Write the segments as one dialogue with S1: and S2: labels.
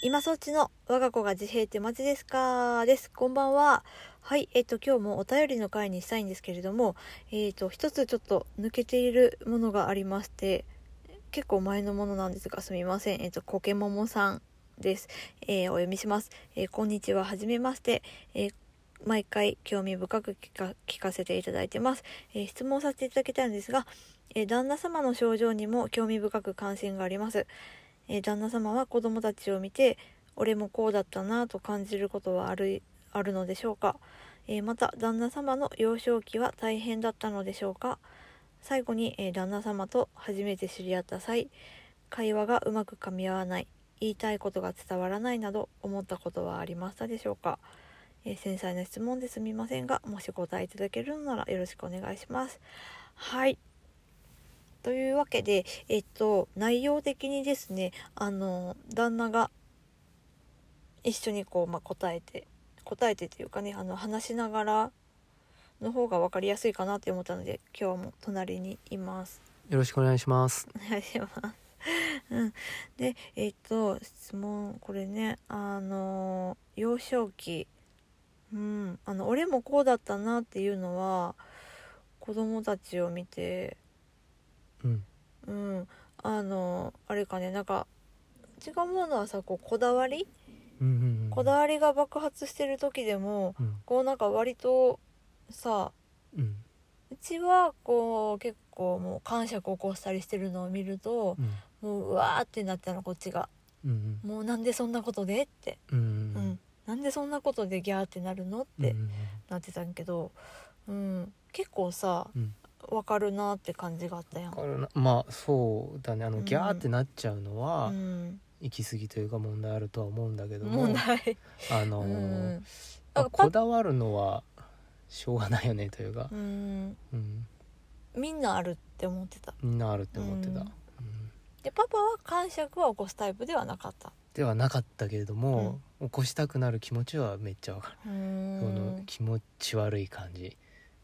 S1: 今そっちの我が子が自閉ってマジですかです。こんばんは。はい、えっと、今日もお便りの回にしたいんですけれども、えっと、一つちょっと抜けているものがありまして、結構前のものなんですが、すみません。えっと、コケモモさんです。えーお読みします。えーこんにちは、はじめまして。えー毎回興味深く聞か聞かせていただいてます、えー質問させていただきたいんですが、えー旦那様の症状にも興味深く関心があります、えー旦那様は子供たちを見て俺もこうだったなぁと感じることはあるあるのでしょうか、えーまた旦那様の幼少期は大変だったのでしょうか最後に、えー旦那様と初めて知り合った際会話がうまく噛み合わない言いたいことが伝わらないなど思ったことはありましたでしょうか、えー繊細な質問ですみませんがもしご答えいただけるのならよろしくお願いしますはいというわけでえっと内容的にですねあの旦那が一緒にこう、まあ、答えて答えてというかねあの話しながらの方が分かりやすいかなって思ったので今日も隣にいます。
S2: よろしくお願いします。
S1: お願いします。うん、でえっと質問これねあの幼少期うんあの俺もこうだったなっていうのは子供たちを見て
S2: うん。
S1: うん、あのあれかねなんか違うものはさこうこだわり、
S2: うんうんうん。
S1: こだわりが爆発してる時でも
S2: うん。
S1: こうなんか割とさ
S2: うん。
S1: うちはこう結構もう感触を起こしたりしてるのを見ると
S2: うん。
S1: もううわーってなったのこっちが
S2: うん
S1: もうなんでそんなことでって、
S2: うん。うん。う
S1: うん
S2: ん
S1: なんでそんなことでギャーってなるのっ
S2: うん。
S1: てなってたんやけど、うん、結構さ
S2: うん
S1: わかるなって感じがあったやん
S2: だ。からなまあそうだねあ
S1: う
S2: の
S1: ん
S2: ギャーってなっちゃうのは
S1: うん、
S2: 行き過ぎというか問題あるとは思うんだけども
S1: 問題
S2: あの
S1: う
S2: ー
S1: ん
S2: まあ
S1: なんかパッ
S2: こだわるのはしょうがないよねというか
S1: うん
S2: うん
S1: みんなあるって思ってた
S2: みんなあるって思ってた
S1: うん
S2: うん
S1: でパパは感触は起こすタイプではなかった
S2: ではなかったけれども起こしたくなる気持ちはめっちゃわか
S1: う
S2: るそ
S1: ん
S2: の気持ち悪い感じ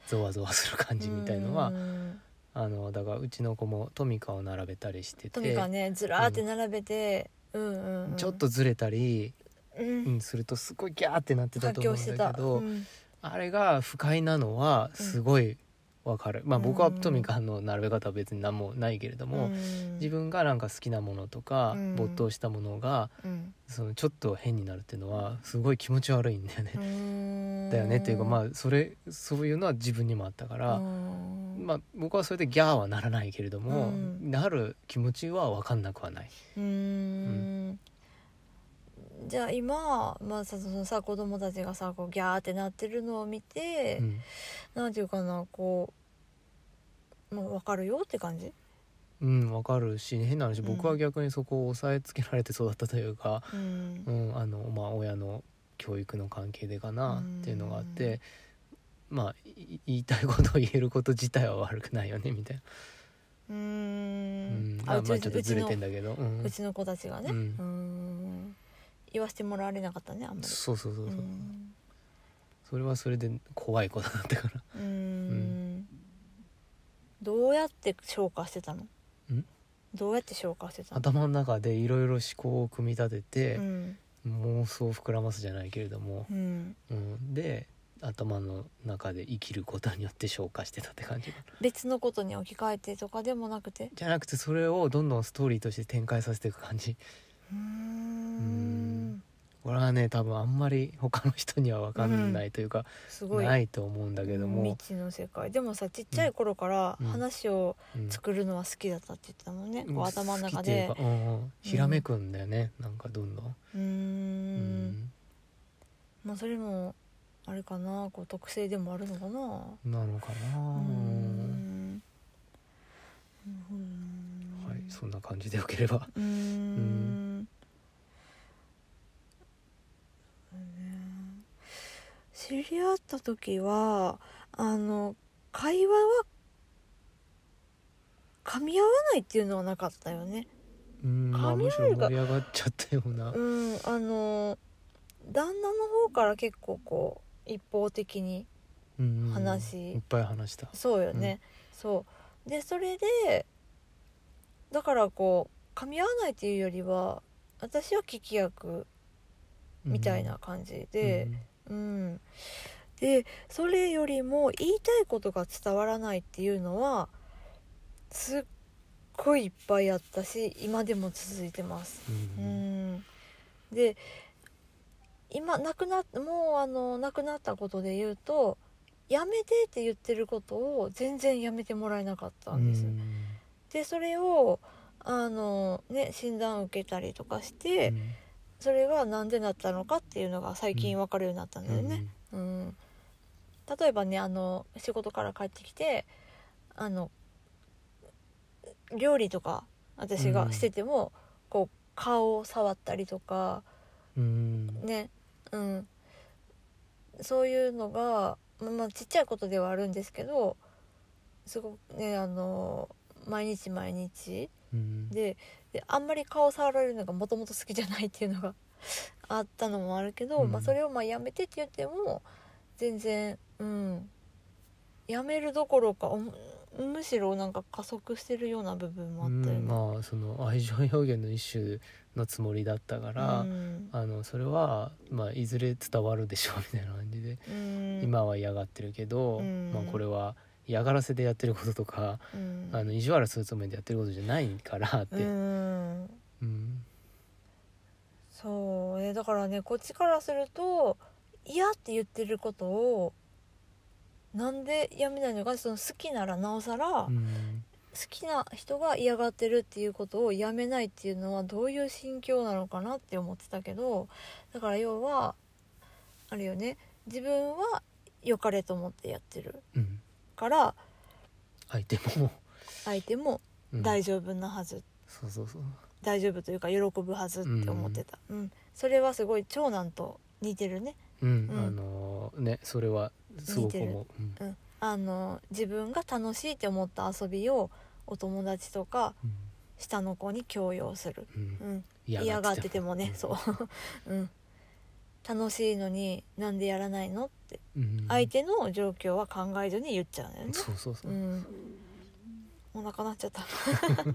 S2: ゾワゾワする感じみたいのは
S1: うん
S2: あのだからうちの子もトミカを並べたりして
S1: とに
S2: て、
S1: かくねずらーって並べて、うん、うんうん
S2: ちょっとずれたり、
S1: う
S2: うんん、するとすごいギャーってなってた
S1: 発
S2: と思
S1: 狂
S2: う
S1: し
S2: ん
S1: て
S2: だ
S1: た
S2: けど、
S1: うん
S2: あれが不快なのはすごいわかる、まあ僕は
S1: うん
S2: トミカの並べ方は別に何もないけれども、
S1: うん
S2: 自分がなんか好きなものとか、
S1: うん
S2: 没頭したものが
S1: うん
S2: そのちょっと変になるっていうのはすごい気持ち悪いんだよね、
S1: うん
S2: だよねっていうかまあそれそういうのは自分にもあったから、
S1: うん
S2: まあ、僕はそれでギャーはならないけれども、
S1: うん
S2: なる気持ちは分かんなくはない。
S1: うんじゃあ今、まあ、さそのさ子供たちがさこうギャーってなってるのを見て、
S2: うん
S1: なんていうかなこうもう分かるよって感じ、
S2: うん、わかるし変な話
S1: うん
S2: 僕は逆にそこを押さえつけられて育ったというか、
S1: うん
S2: うんあのまあ、親の教育の関係でかな
S1: うん
S2: っていうのがあって、まあい言いたいことを言えること自体は悪くないよねみたいな、
S1: うー
S2: うんん
S1: あ
S2: あ
S1: うち
S2: まあちょっと
S1: うち
S2: ずれ
S1: の
S2: てんだけど、うん
S1: うちの子たちがね
S2: う
S1: うんーん言わせてもらわれなかったねあんまり
S2: そうそうそうそう、
S1: ん
S2: それはそれで怖いことだったから。
S1: うーんどうやって消化してたの
S2: ん
S1: どうやって消化してたの
S2: 頭の中でいろいろ思考を組み立て
S1: う
S2: て、
S1: ん
S2: 妄想を膨らますじゃないけれども、
S1: うん
S2: うん、で頭の中で生きることによって消化してたって感じかな
S1: 別のことに置き換えてとかでもなくて
S2: じゃなくてそれをどんどんストーリーとして展開させていく感じ
S1: うーん
S2: これはね多分あんまり他の人には分かんないというか、
S1: すごい
S2: ないと思うんだけ
S1: 未
S2: ども、
S1: 知の世界でもさちっちゃい頃から
S2: うん
S1: 話を
S2: うん
S1: 作るのは好きだったって言ってたもんね、
S2: うん
S1: こう頭の中で
S2: 好きというかうんうんひらめくんだよね、なんかどんどん、
S1: うー
S2: うん
S1: まあそれもあれかなこう特性でもあるのかな
S2: なのか
S1: うー
S2: な、うん
S1: んうーん
S2: はいそんな感じでよければ
S1: うーん
S2: ん
S1: そうね知り合った時はあの会話は噛み合わないっていうのはなかったよね
S2: うん、まあ、
S1: 雷
S2: む
S1: が
S2: しろ盛り上がっちゃったような、
S1: うんあの旦那の方から結構こう一方的に
S2: うんうん
S1: 話
S2: いっぱい話した
S1: そうよね、そうでそれでだからこう噛み合わないっていうよりは私は聞き役みたいな感じで、うんでそれよりも言いたいことが伝わらないっていうのはすっごいいっぱいあったし今でも続いてます。
S2: うん
S1: う
S2: うん
S1: んで今亡くなもうあの亡くなったことで言うと「やめて」って言ってることを全然やめてもらえなかったんです。
S2: うん
S1: でそれをあの、ね、診断を受けたりとかして、
S2: うん
S1: それがなんでなったのかっていうのが最近分かるようになったんだよね。うん例えばねあの仕事から帰ってきてあの料理とか私がしてても、こう顔を触ったりとか
S2: うん
S1: ねうんそういうのが、ままあ、ちっちゃいことではあるんですけどすごくねあの毎日毎日
S2: うん
S1: でであんまり顔触られるのがもともと好きじゃないっていうのが あったのもあるけど、
S2: うん
S1: まあ、それをまあやめてって言っても全然うんやめるどころかおむむしろなんか加速してるような部分もあったよね。
S2: うんまあその愛情表現の一種のつもりだったから、
S1: うん
S2: あのそれは、まあ、いずれ伝わるでしょうみたいな感じで、
S1: うん
S2: 今は嫌がってるけど、
S1: うん
S2: まあ、これは嫌がらせでやってることとか、
S1: うん
S2: あの意地悪するつもりでやってることじゃないからって。
S1: うん
S2: うん
S1: そうねだからねこっちからすると嫌って言ってることをなんでやめないのかその好きならなおさら、
S2: うん
S1: 好きな人が嫌がってるっていうことをやめないっていうのはどういう心境なのかなって思ってたけどだから要はあれよね自分は良かれと思ってやってる
S2: うん
S1: から
S2: 相手も、
S1: 相手も
S2: うん
S1: 大丈夫なはず、
S2: そうそうそう
S1: 大丈夫というか喜ぶはずって思ってた、うんそれはすごい長男と似てるね、
S2: うん、
S1: うん
S2: あのねそれはすごく思う、うん
S1: うん、あの自分が楽しいって思った遊びをお友達とか下の子に強要する、
S2: うん
S1: うん、
S2: 嫌
S1: 嫌がっててもね
S2: うん
S1: そう、 うん、楽しいのになんでやらないのって
S2: うん
S1: 相手の状況は考えずに言っちゃうんだよね、
S2: そうそうそうう、
S1: ん、お腹なっちゃった ね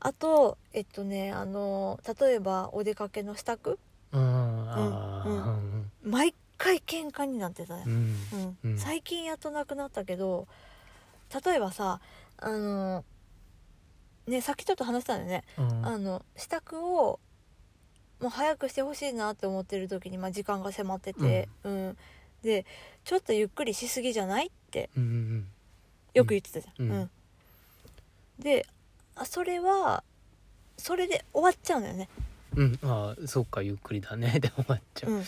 S1: あとえっとねあの例えばお出かけの支度
S2: うん、ああ
S1: うん毎回喧嘩になってたね
S2: うん、うん
S1: うん
S2: うん
S1: 最近やっとなくなったけど例えばさあのねさっきちょっと話したんだよね
S2: うん
S1: あの支度をもう早くしてほしいなって思ってる時に、まあ、時間が迫ってて、うんでちょっとゆっくりしすぎじゃないって
S2: うんうん
S1: よく言ってたじゃん。
S2: うん
S1: うんであそれはそれで終わっちゃうんだよね。
S2: うん、ああそっかゆっくりだね で終わっちゃう
S1: うん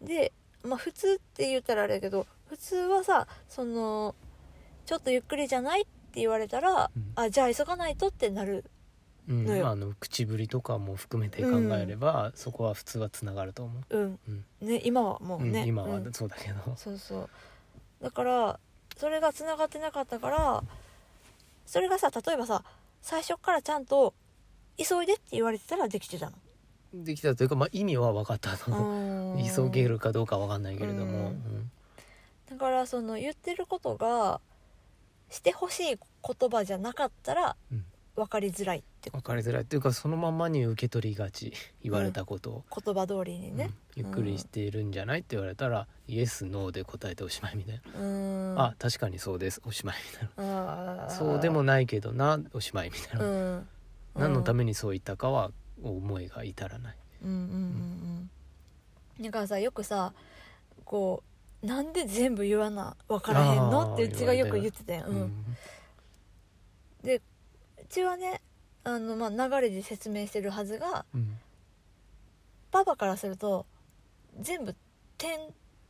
S2: うん
S1: で、まあ、普通って言ったらあれだけど普通はさそのちょっとゆっくりじゃないって言われたら、
S2: うん
S1: あじゃあ急がないとってなる
S2: うん
S1: ね
S2: あの口ぶりとかも含めて考えれば、そこは普通はつながると思
S1: うん、
S2: うん
S1: ね今はも
S2: う、
S1: うね、
S2: うん、今
S1: う
S2: は
S1: ん
S2: そうだけど、
S1: そうそうだからそれがつながってなかったからそれがさ例えばさ最初からちゃんと「急いで」って言われてたらできてた
S2: できたというか、まあ、意味は分かったの、
S1: の
S2: 急げるかどうかは分かんないけれど
S1: う
S2: も、
S1: んだからその言ってることがしてほしい言葉じゃなかったら
S2: うん
S1: 分かりづらいってこ
S2: 分かりづらいというかそのままに受け取りがち言われたことを、
S1: と言葉通りにね
S2: うんゆっくりしているんじゃないって言われたら、イエスノーで答えておしまいみたいな、
S1: うーん
S2: あ確かにそうですおしまいみたい
S1: あ
S2: な
S1: ー
S2: そうでもないけどなおしまいみたいな、
S1: うん
S2: 何のためにそう言ったかは思いが至らない、
S1: うんうんうんうんだからさよくさこうなんで全部言わな分からへん
S2: あ
S1: の
S2: ー
S1: ってうちがよく言ってたよ、うんでうちはねあの、まあ、流れで説明してるはずが
S2: うん
S1: パパからすると全部点っ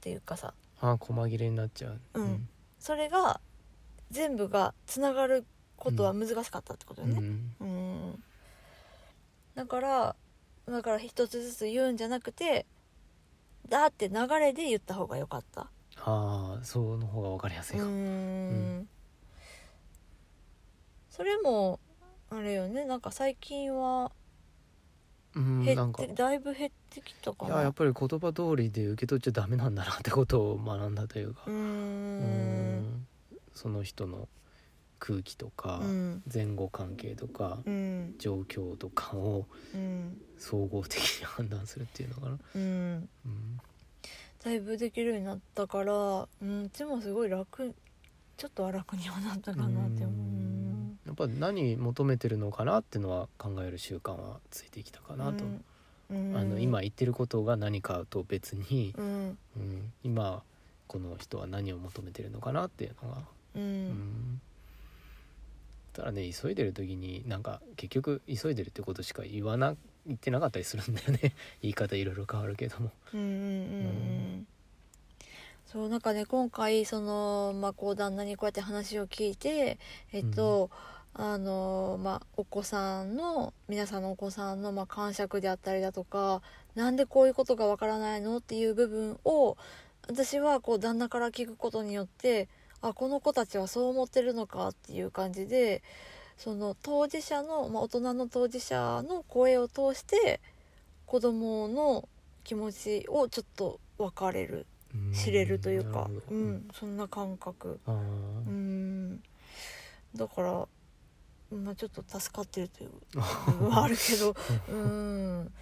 S1: ていうかさ
S2: ああ細切れになっちゃう、
S1: うんそれが全部がつながることは難しかったってことよ
S2: う
S1: ね、
S2: ん
S1: うん、だからだから一つずつ言うんじゃなくてだって流れで言った方が良かった
S2: ああそうの方が分かりやす
S1: う
S2: いか、
S1: ーんそれもあれよねなんか最近は
S2: うん
S1: 減
S2: な
S1: っ
S2: んか
S1: て
S2: い
S1: だいぶ減ってきたか
S2: やや
S1: な
S2: っぱり言葉通りで受け取っちゃダメなんだなってことを学んだというか
S1: うー
S2: うんんその人の空気とか、
S1: うん
S2: 前後関係とか、
S1: うん
S2: 状況とかを
S1: うん
S2: 総合的に判断するっていうのかな、
S1: うん
S2: うん、
S1: だいぶできるようになったから、うん、うちもすごい楽ちょっとは楽にはなったかなって思ううん
S2: やっぱ何求めてるのかなっていうのは考える習慣はついてきたかなと、
S1: うんうん
S2: あの今言ってることが何かと別に、
S1: うん
S2: うん、今この人は何を求めてるのかなっていうのが、
S1: う
S2: うんん、ただね急いでる時になんか結局急いでるってことしか言わな言ってなかったりするんだよね 言い方いろいろ変わるけども。
S1: うんうんうんう
S2: うん
S1: そうなんかね今回その、まあ、こう旦那にこうやって話を聞いてえっと、あのまあ、お子さんの皆さんのお子さんの、まあ、感触であったりだとかなんでこういうことがわからないのっていう部分を私はこう旦那から聞くことによってあこの子たちはそう思ってるのかっていう感じでその当事者の、まあ、大人の当事者の声を通して子供の気持ちをちょっと分かれる
S2: う ん
S1: 知れるという
S2: な
S1: か
S2: るほ
S1: う
S2: ど
S1: んそんな感覚
S2: あー
S1: うんだからまあちょっと助かってるという部分はあるけ どうん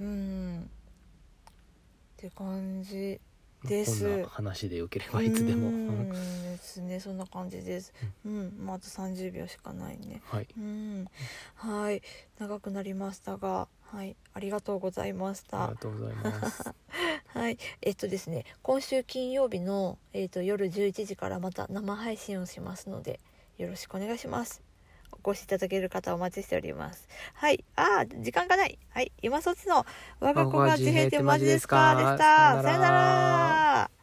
S1: うんって感じです
S2: こんな話でよければいつでも。
S1: う
S2: うんん
S1: ですねそんな感じですうん、まあ、あと30秒しかないね
S2: はい、
S1: うんはい長くなりましたがはいありがとうございました
S2: ありがとうございます。
S1: はい、えっとですね、今週金曜日の、えっと、夜11時からまた生配信をしますので、よろしくお願いします。お越しいただける方お待ちしております。はい、あー時間がない。はい、今そっちの、我が子が自閉ってマジですかでした。
S2: さよなら
S1: さよなら。